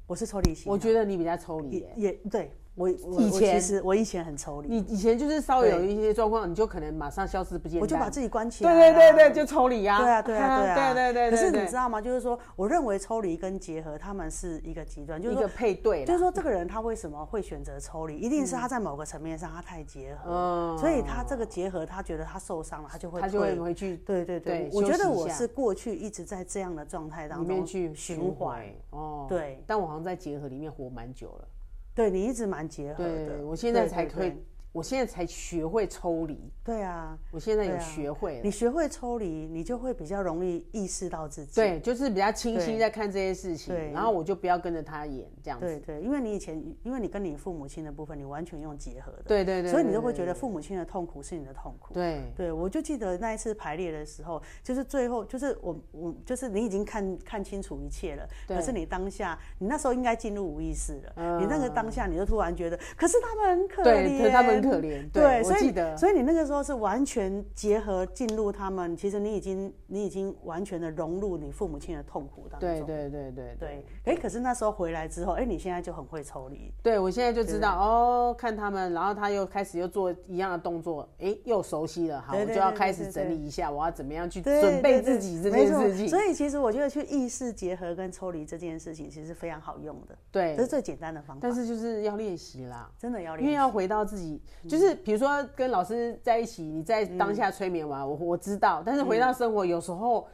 B: 我是抽离型，
A: 我觉得你比较抽离、
B: 也
A: 哎，
B: 也对我我
A: 以前
B: 我其实我以前很抽离，
A: 你以前就是稍微有一些状况，你就可能马上消失不见，
B: 我就把自己关起来、啊
A: 对对对对，。就抽离呀、
B: 对啊，对啊，对啊，
A: 对对对对。
B: 可是
A: 对
B: 你知道吗？就是说，我认为抽离跟结合，他们是一个极端，就是
A: 一
B: 说
A: 个配对啦，
B: 就是说，这个人他为什么会选择抽离？一定是他在某个层面上他太结合，
A: 嗯
B: 所以他这个结合，他觉得他受伤了，他就会
A: 他就会
B: 退
A: 回去
B: 对对
A: 对
B: 对，我
A: 休
B: 觉
A: 息
B: 得
A: 一
B: 我
A: 下
B: 是过去一直在这样的状态当
A: 里面
B: 中
A: 去
B: 循环。
A: 回哦。
B: 对，
A: 但我好像在结合里面活蛮久了。
B: 对你一直蛮结合
A: 对，
B: 的，
A: 我现在
B: 对
A: 才
B: 对
A: 可以，我现在才学会抽离，
B: 对对啊，
A: 我现在有
B: 对啊
A: 学会了。
B: 你学会抽离，你就会比较容易意识到自己。
A: 对，就是比较清晰
B: 对
A: 在看这些事情，
B: 对
A: 然后我就不要跟着他演这样子。
B: 对对，因为你以前，因为你跟你父母亲的部分，你完全用结合的，
A: 对对对，
B: 所以
A: 对
B: 你就会
A: 对
B: 觉得父母亲的痛苦是你的痛苦。
A: 对
B: 对，我就记得那一次排列的时候，就是最后，就是我我就是你已经看看清楚一切了，
A: 对
B: 可是你当下，你那时候应该进入无意识了，
A: 嗯
B: 你那个当下你就突然觉得，可是他们很可
A: 对，可
B: 怜，
A: 他们很可怜。
B: 对，
A: 我
B: 所以
A: 记
B: 你
A: 得
B: 所以你那个时候是完全结合进入他们，其实你已经你已经完全的融入你父母亲的痛苦当中，
A: 对对对对对
B: 对，哎，可是那时候回来之后，哎，你现在就很会抽离，
A: 对，我现在就知道哦，看他们，然后他又开始又做一样的动作，诶，又熟悉了，好，
B: 对
A: 我
B: 对
A: 就要
B: 对
A: 开
B: 对
A: 始
B: 对
A: 整理一下，我要怎么样去
B: 对
A: 准备
B: 对对
A: 自己这
B: 没
A: 件
B: 错
A: 事情。
B: 所以其实我觉得去意识结合跟抽离这件事情，其实是非常好用的，
A: 对
B: 这，是最简单的方法
A: 但。是就是要练习啦。
B: 真的要
A: 因为
B: 练习，
A: 要回到自己，就是
B: 嗯
A: 比如说跟老师在一起，你在当下催眠完，我我知道，但是回到
B: 嗯
A: 生活，有时候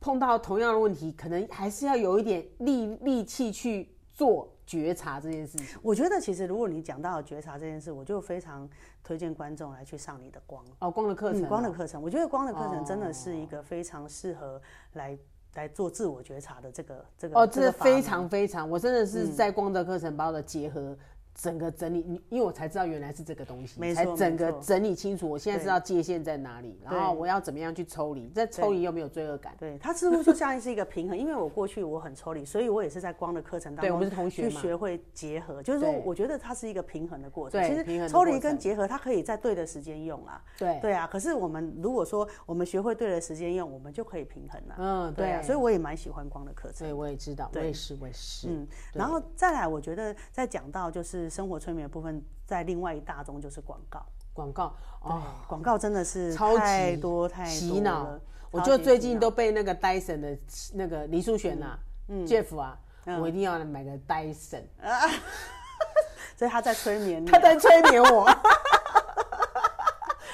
A: 碰到同样的问题，可能还是要有一点力力气去做觉察这件事情。
B: 我觉得其实如果你讲到觉察这件事，我就非常推荐观众来去上你的光，
A: 哦，光的课程
B: 嗯
A: 啊、
B: 光的课程。我觉得光的课程真
A: 哦
B: 的是一个非常适合来来做自我觉察的这个这个
A: 哦，
B: 这
A: 这
B: 个
A: 是
B: 法嗯
A: 非
B: 门
A: 常非常，我真的是在光的课程把我的结合整个整理，因为我才知道原来是这个东西，
B: 没
A: 才
B: 错
A: 整个
B: 没错
A: 整理清楚。我现在知
B: 对
A: 道界限在哪里，然后
B: 对
A: 我要怎么样去抽离，这抽离又没有罪恶感。
B: 对，它似乎就像是一个平衡，因为我过去我很抽离，所以我也是在光的课程当
A: 对
B: 中，
A: 我们是同学
B: 去
A: 嘛
B: 学会结合，就是说
A: 对，
B: 我觉得它是一个平衡的过程。
A: 对
B: 其
A: 平衡的
B: 实抽
A: 过
B: 离跟
A: 程
B: 结合，它可以在对的时间用啊。
A: 对，
B: 对啊，可是我们如果说我们学会对的时间用，我们就可以平衡了、
A: 嗯，对
B: 啊，所以我也蛮喜欢光的课程。
A: 所以我也知道，我
B: 对
A: 也是，我也是。
B: 嗯，
A: 对
B: 然后再来，我觉得再讲到就是生活催眠的部分，在另外一大宗就是广告。
A: 广告
B: 对
A: 哦，，
B: 广告真的是
A: 超级
B: 太多太多
A: 洗脑
B: 了。
A: 我
B: 超
A: 就
B: 级
A: 最
B: 洗
A: 近
B: 脑
A: 都被那个 Dyson 的那个李淑璇呐，Jeff
B: 嗯
A: 啊，我一定要买个 Dyson，
B: 所以他在催 眠你
A: 他。在催眠我，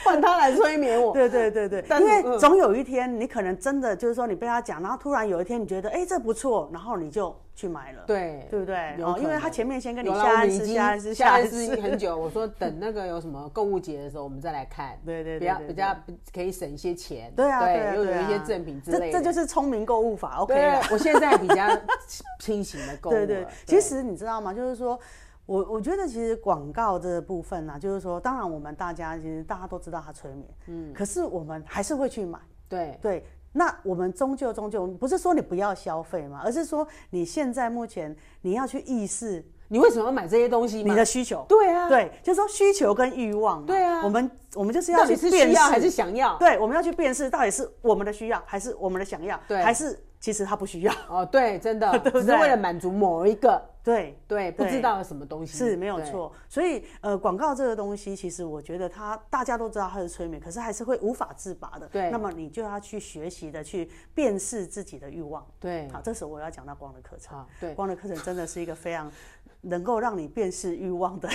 A: 换他来催眠我。
B: 对对对对，
A: 但嗯
B: 因
A: 是
B: 为总有一天你可能真的就是说你被他讲，然后突然有一天你觉得哎、这不错，然后你就去买了，
A: 对
B: 对不对？
A: 有
B: 哦，
A: 可
B: 因为他
A: 能
B: 前面先跟你
A: 有啦，
B: 下
A: 我
B: 暗
A: 们已
B: 示、
A: 经
B: 下暗示、
A: 下
B: 暗
A: 暗示
B: 示，
A: 很久。我说等那个有什么购物节的时候，我们再来看。
B: 对对对
A: 比较
B: 对
A: 比较可以省一些钱。
B: 对啊，对啊，
A: 又
B: 对
A: 有一
B: 啊
A: 些赠品之类的。
B: 这这就是聪明购物法，OK
A: 对啊
B: 了。，
A: 我现在比较清醒的购物了。
B: 对对，其实你知道吗？就是说。我我觉得其实广告这部分呢、就是说，当然我们大家其实大家都知道它催眠，嗯，可是我们还是会去买，
A: 对，
B: 对。那我们终究终究不是说你不要消费嘛，而是说你现在目前你要去意识
A: 你为什么要买这些东西
B: 你
A: 嘛？
B: 的需求，
A: 对啊，
B: 对，就是说需求跟欲望嘛。
A: 对啊
B: 我们我们就是要
A: 到
B: 去
A: 底是
B: 辨
A: 需
B: 识
A: 要还是想要？
B: 对，我们要去辨识到底是我们的需要，还是我们的想要，
A: 对
B: 还是其实他不需要。
A: 哦，对，真的，
B: 对不对
A: 只是为了满足某一个
B: 对，
A: 对不
B: 对
A: 知道的什么东西，
B: 是没有
A: 嗯对。
B: 错。所以呃，广告这个东西，其实我觉得它大家都知道它是催眠，可是还是会无法自拔的。
A: 对
B: 那么你就要去学习的去辨识自己的欲望。
A: 对，
B: 好，这时候我要讲到光的课
A: 嗯
B: 程。
A: 好，对，
B: 光的课程真的是一个非常能够让你辨识欲望的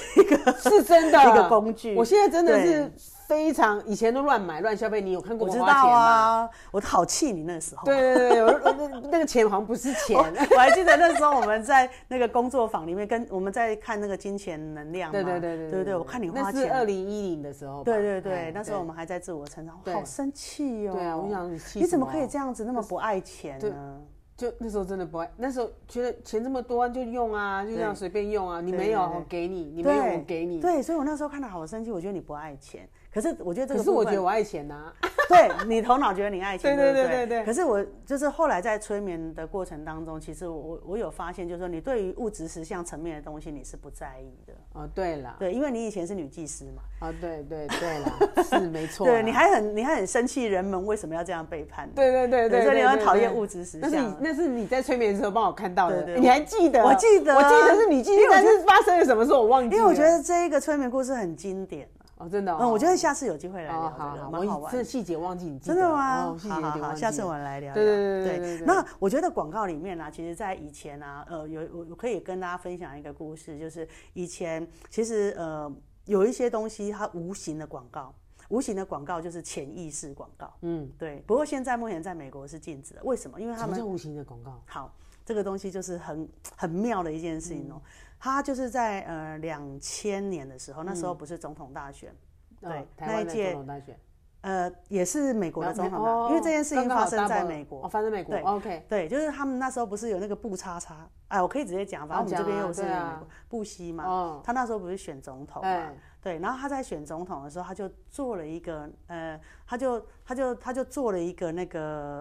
A: 是真的
B: 一个工具。
A: 我现在真的
B: 对
A: 是非常，以前都乱买乱消费，你有看过
B: 我知
A: 花
B: 道
A: 钱吗？
B: 啊，我好气你那时候。啊
A: 对对对对，我我那那个钱好像不是钱，
B: 我还记得那时候我们在那个工作坊里面跟我们在看那个金钱能量嘛，
A: 对对对对
B: 对对，我看你花
A: 那是二
B: 钱，
A: 零一零的时候吧，
B: 对对对
A: 哎，
B: 那时候我们还在自我成长，我
A: 对
B: 好生气哦。
A: 对啊，我想你气
B: 你怎么
A: 什
B: 可以这样子那么不爱钱呢？
A: 就那时候真的不爱，那时候觉得钱这么多就用啊，就这样随便用啊，你
B: 对
A: 没有
B: 对对
A: 我给你，你没
B: 对
A: 有我给你。
B: 对，所以我那时候看到好生气，我觉得你不爱钱。可是我觉得这
A: 可
B: 个
A: 是
B: 部
A: 我
B: 分，
A: 觉得我爱钱啊呐，
B: 对你头脑觉得你爱钱，
A: 对
B: 对
A: 对
B: 不
A: 对对对
B: 可是我就是后来在催眠的过程当中，其实我我我有发现，就是说你对于物质实相层面的东西你是不在意的，
A: 哦对了，
B: 对，因为你以前是女技师嘛。
A: 哦对对对 了，是没错啦。
B: 对，你还很你还很生气，人们为什么要这样背叛你？
A: 啊对对对对，
B: 所以你
A: 对
B: 很
A: 对
B: 讨
A: 对
B: 厌物质实
A: 那是你
B: 相。
A: 那是你在催眠的时候帮我看到的
B: 对对，对
A: 你还记得？
B: 我记得啊
A: 我记得是你记
B: 因
A: 得
B: 为，我
A: 但
B: 觉
A: 是发生了什么事我忘记
B: 因
A: 了。
B: 为我觉得这一个催眠故事很经典，
A: 啊哦真的哦，
B: 嗯，我觉得下次有机会来
A: 哦
B: 聊
A: 好
B: 这
A: 好，
B: 个，
A: 我
B: 蛮好
A: 以
B: 玩
A: 这
B: 的。
A: 细节忘记你记
B: 真的
A: 哦
B: 吗？
A: 细节
B: 好
A: 有
B: 好
A: 点忘
B: 好，
A: 记
B: 下次
A: 了
B: 我们来聊聊。
A: 对对对对对对
B: 那我觉得广告里面啊，其实在以前啊，呃，有我我可以跟大家分享一个故事，就是以前其实呃有一些东西它无形的广告，无形的广告就是潜意识广告。
A: 嗯，
B: 对，不过现在目前在美国是禁止的，为什么？因为他
A: 什
B: 们
A: 么叫无形的广告？
B: 好，这个东西就是很很妙的一件事情哦。
A: 嗯
B: 它就是在呃两千年的时候，那
A: 嗯
B: 时候不是总统大选，对
A: 哦台
B: 那
A: 湾
B: 一
A: 的
B: 届
A: 总统大选，
B: 呃，也是美国的总统大选，
A: 哦
B: 因为这件事情
A: 刚好
B: 发生在
A: double
B: 美国。
A: 哦，发生在美国
B: 对
A: ，OK，
B: 对，就是他们那时候不是有那个布叉叉，哎，我可以直接讲，反正我们这边
A: 好
B: 又是
A: 讲
B: 美
A: 啊
B: 国、
A: 对啊
B: 布希嘛，
A: 哦，
B: 他那时候不是选总统嘛，
A: 哎
B: 对，然后他在选总统的时候，他就做了一个呃，他就他就他就做了一个那个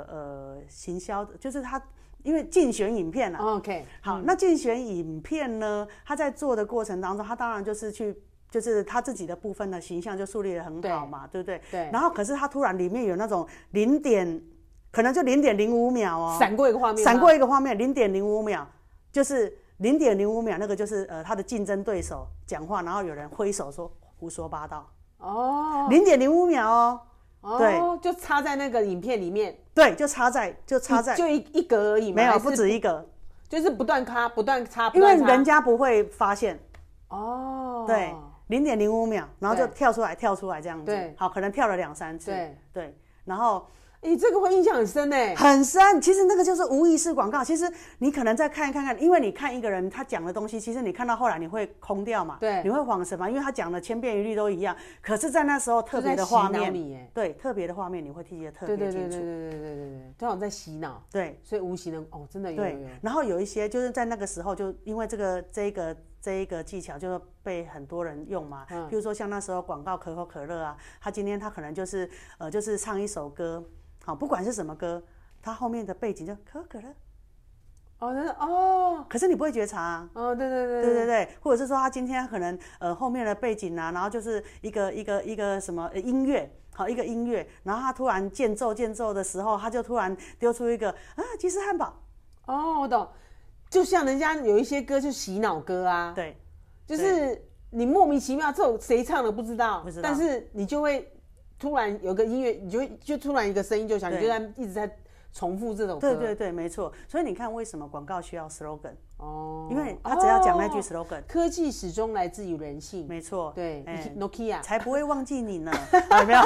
B: 呃行销的，就是他因为竞选影片啊，
A: 哦，OK，
B: 好，那竞选影片呢？他在做的过程当中，他当然就是去，就是他自己的部分的形象就树立的很好嘛，对不对？
A: 对，
B: 然后可是他突然里面有那种零点，可能就零点零五秒
A: 嗯
B: 哦，
A: 闪过一个画面，
B: 闪，过一个画面，零点零五秒，就是零点零五秒，那个就是呃他的竞争对手讲话，然后有人挥手说胡说八道，
A: 哦，
B: 零点零五秒哦，
A: 哦，
B: 对
A: 就插在那个影片里面，
B: 对，就插在就插
A: 一
B: 在，
A: 就一一格而已嘛，
B: 没有
A: 还
B: 不
A: 是，
B: 止一个，
A: 就是不断插，不断插，不
B: 因为
A: 断
B: 人
A: 插，
B: 家不会发现。
A: 哦，
B: 对，零点零五秒，然后就跳出来，跳出来这样子。
A: 对
B: 好，可能跳了两三次。
A: 对
B: 对然后
A: 哎，这个会印象很深哎，
B: 很深，其实那个就是无意识广告。其实你可能再看一看看，因为你看一个人他讲的东西，其实你看到后来你会空掉嘛，
A: 对
B: 你会恍神嘛，因为他讲的千遍一律都一样。可是，在那时候特别的
A: 就在洗脑
B: 画面，
A: 你哎，
B: 对特别的画面，你会记得特
A: 对
B: 别
A: 对
B: 清楚。
A: 对对对对对对对对，就好像在洗脑，
B: 对
A: 所以无形的哦，真的有有
B: 对
A: 有，，
B: 然后有一些就是在那个时候，就因为这个这一个这一个技巧，就被很多人用嘛。
A: 嗯
B: 比如说像那时候广告可口可乐啊，他今天他可能就是呃，就是唱一首歌，好，不管是什么歌，他后面的背景就可口可乐，
A: 哦，真的哦，
B: 可是你不会觉察、啊。
A: 哦，对对对
B: 对对对，或者是说他今天可能呃后面的背景啊，然后就是一个一个一个什么呃音乐，好一个音乐，然后他突然间奏间奏的时候，他就突然丢出一个啊鸡翅汉堡，
A: 哦，我懂，就像人家有一些歌就洗脑歌啊，
B: 对
A: 就是你莫名其妙这首谁唱的不知道，
B: 不知道
A: 但是你就会突然有个音乐，你就会就突然一个声音就响，你
B: 对
A: 就在一直在重复这首歌，
B: 对对对，没错。所以你看，为什么广告需要 slogan？
A: 嗯哦，
B: 因为他只要讲那句
A: 哦
B: slogan，、
A: 科技始终来自于人性，
B: 没错，
A: 对
B: 哎
A: ，Nokia
B: 才不会忘记你 呢。啊有没有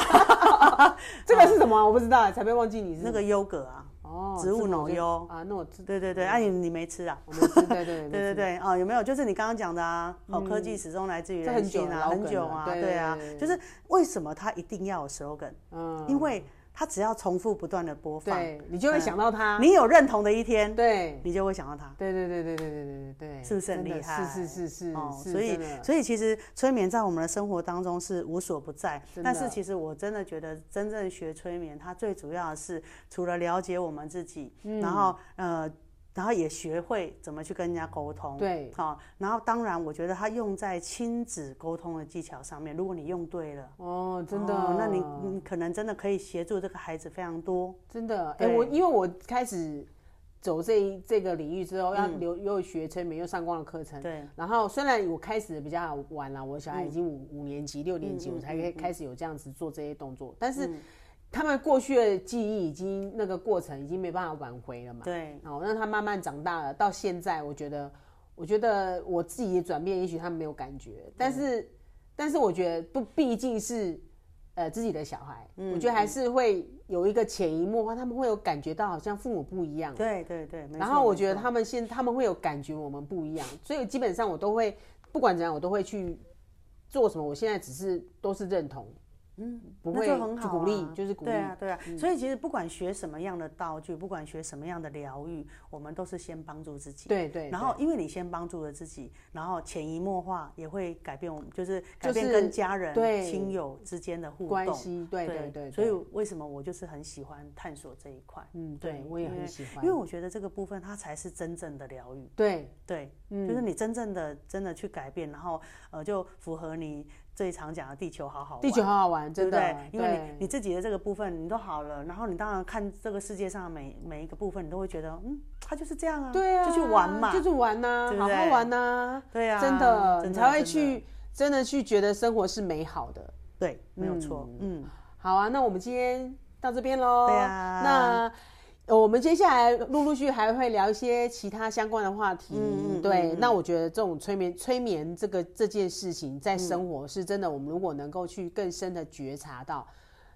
A: 这个是什么啊？我不知道，才被忘记你是
B: 那个优格啊？
A: 哦
B: 植物脑优
A: 啊，那我知，
B: 对对对，啊你你没吃啊？
A: 我们知， 对对嗯
B: 对对对，哦，有没有？就是你刚刚讲的啊，哦，科技始终来自于
A: 这
B: 人
A: 很久
B: 性
A: 了
B: 啊，
A: 老
B: 很
A: 梗
B: 久
A: 了
B: 啊，
A: 对
B: 对啊
A: 对对，
B: 就是为什么它一定要有 slogan？
A: 嗯，
B: 因为它只要重复不断的播放，
A: 对你就会想到他，
B: 你有认同的一天，
A: 对
B: 你就会想到它。
A: 对对对对对对对对对，
B: 是不是很
A: 真的
B: 厉害
A: 是是是是，是
B: 哦所以
A: 真的
B: 所以其实催眠在我们的生活当中是无所不在
A: 真的，
B: 但是其实我真的觉得真正学催眠，它最主要的是除了了解我们自己，
A: 嗯
B: 然后呃，然后也学会怎么去跟人家沟通，
A: 对
B: 好、然后当然我觉得它用在亲子沟通的技巧上面，如果你用对了，
A: 哦，真的，
B: 哦那你你可能真的可以协助这个孩子非常多，
A: 真的，哎、我因为我开始走这一这个领域之后，要留又学催眠，又上光的课程。
B: 嗯对，嗯
A: 然后虽然我开始的比较晚了，我小孩已经五、五年级、六年级，我才可以开始有这样子做这些动作，但是
B: 嗯
A: 他们过去的记忆已经那个过程已经没办法挽回了嘛。
B: 对，
A: 哦，那他慢慢长大了，到现在，我觉得，我觉得我自己的转变，也许他们没有感觉，但是，但是我觉得不，毕竟是呃自己的小孩，
B: 嗯
A: 我觉得还是会有一个潜移默化，他们会有感觉到好像父母不一样。
B: 对对对，没
A: 然
B: 错
A: 后我
B: 没
A: 觉得
B: 错
A: 他们现他们会有感觉我们不一样，所以基本上我都会不管怎样，我都会去做什么。我现在只是都是认同，嗯，不
B: 那
A: 会
B: 就很
A: 去
B: 好、啊，
A: 鼓励，就是鼓励嗯
B: 对。啊，对啊。所以其实不管学什么样的道具，不管学什么样的疗愈，我们都是先帮助自己。
A: 对对，
B: 然后，因为你先帮助了自己，然后潜移默化也会改变我们，就是改
A: 就
B: 变
A: 是
B: 跟家人、
A: 对
B: 亲友之间的互
A: 关
B: 动。
A: 系，对对对，
B: 所
A: 对
B: 以为什么我就是很喜欢探索这一块？
A: 嗯，对我也
B: 因
A: 很
B: 为
A: 喜欢。
B: 因为我觉得这个部分它才是真正的疗愈。
A: 对，
B: 对，
A: 嗯
B: 就是你真正的真的去改变，然后呃，就符合你最常讲的地球好好玩。
A: 地球好好玩，
B: 对
A: 真
B: 不
A: 的，
B: 对？因为
A: 对
B: 你你自己的这个部分你都好了，然后你当然看这个世界上的每每一个部分，你都会觉得，嗯，它就是这样啊，
A: 对啊，
B: 就去玩嘛，
A: 就是玩呐、
B: 对不
A: 好
B: 对
A: 好玩呐、
B: 对啊，
A: 真的，
B: 真
A: 你
B: 的
A: 才会，
B: 真的
A: 去真的去觉得生活是美好的。
B: 对，没有错，嗯，
A: 好啊，那我们今天到这边喽。
B: 对啊
A: 那。呃我们接下来陆陆续还会聊一些其他相关的话题，
B: 嗯嗯嗯
A: 对。
B: 嗯
A: 那我觉得这种催眠、催眠这个这件事情，在生活是真的，我们如果能够去更深的觉察到，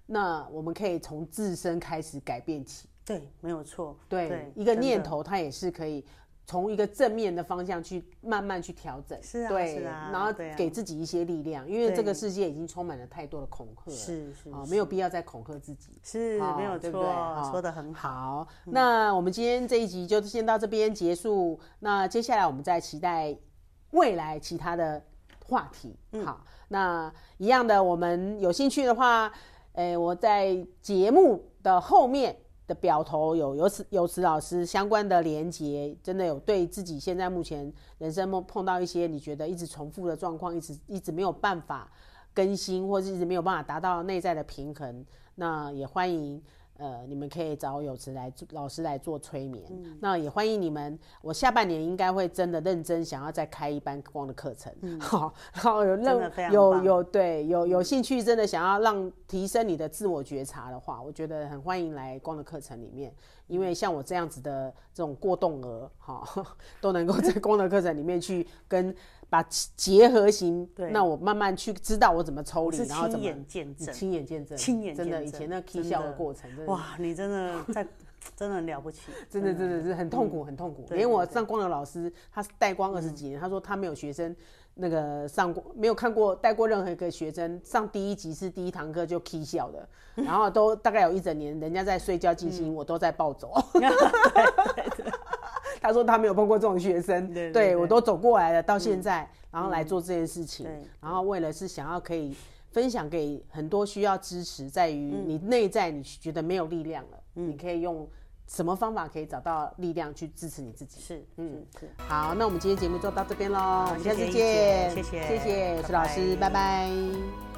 A: 那我们可以从自身开始改变起。
B: 对，没有错，
A: 对，一个念
B: 真的
A: 头，它也是可以从一个正面的方向去慢慢去调整，
B: 是啊
A: 对，
B: 是啊
A: 然后
B: 对啊
A: 给自己一些力量，因为这个
B: 对
A: 世界已经充满了太多的恐吓了，
B: 是是
A: 啊，没有必要再恐吓自己。
B: 是
A: 哦
B: 没有
A: 对不对
B: 错
A: 哦，
B: 说的很好，嗯
A: 好，那我们今天这一集就先到这边结束。那接下来我们再期待未来其他的话题。
B: 嗯
A: 好，那一样的，我们有兴趣的话，诶、呃我在节目的后面。的表头有有此有此老师相关的连接，真的有对自己现在目前人生梦碰到一些你觉得一直重复的状况，一直一直没有办法更新，或是一直没有办法达到内在的平衡，那也欢迎呃，你们可以找有池来做老师来做催眠。
B: 嗯
A: 那也欢迎你们，我下半年应该会真的认真想要再开一班光的课程。 好，然后有
B: 嗯真的非
A: 任
B: 常
A: 有
B: 棒
A: 有对有有兴趣，真的想要让提升你的自我觉察的话，我觉得很欢迎来光的课程里面，因为像我这样子的这种过动儿，哈， 都能够在光的课程里面去跟把结合型，
B: 对
A: 那我慢慢去知道我怎么抽
B: 我
A: 离，
B: 是
A: 然后怎
B: 亲
A: 么
B: 眼见证，
A: 亲眼见证，
B: 亲眼
A: 真的
B: 见
A: 以
B: 证
A: 前那 K
B: 真
A: 笑的
B: 的
A: 过程，真的
B: 哇，你 真的在，真的很了不起，
A: 真的真的是很痛苦，很痛苦。
B: 嗯对
A: 连我
B: 对嗯
A: 上光的老师，他是带光二十几年，他说他没有学生那个上过，没有看过带过任何一个学生上第一集是第一堂课就 K 笑 的，然后都大概有一整年，人家在睡
B: 嗯
A: 觉静心，我都在暴走。 他说他没有碰过这种学生，
B: 对
A: 对
B: 对对嗯
A: 我都走过来了，到现在，然后来做这件事情
B: 对，
A: 然后为了是想要可以分享给很多需要支持，在于
B: 嗯
A: 你内在你觉得没有力量了，你可以用什么方法可以找到力量去支持你自己。
B: 是，
A: 嗯
B: 嗯，是，
A: 好，那我们今天节目就到这边喽，我们下次
B: 谢谢
A: 见，
B: 谢谢
A: 谢谢
B: 拜
A: 徐老师，拜
B: 拜
A: 拜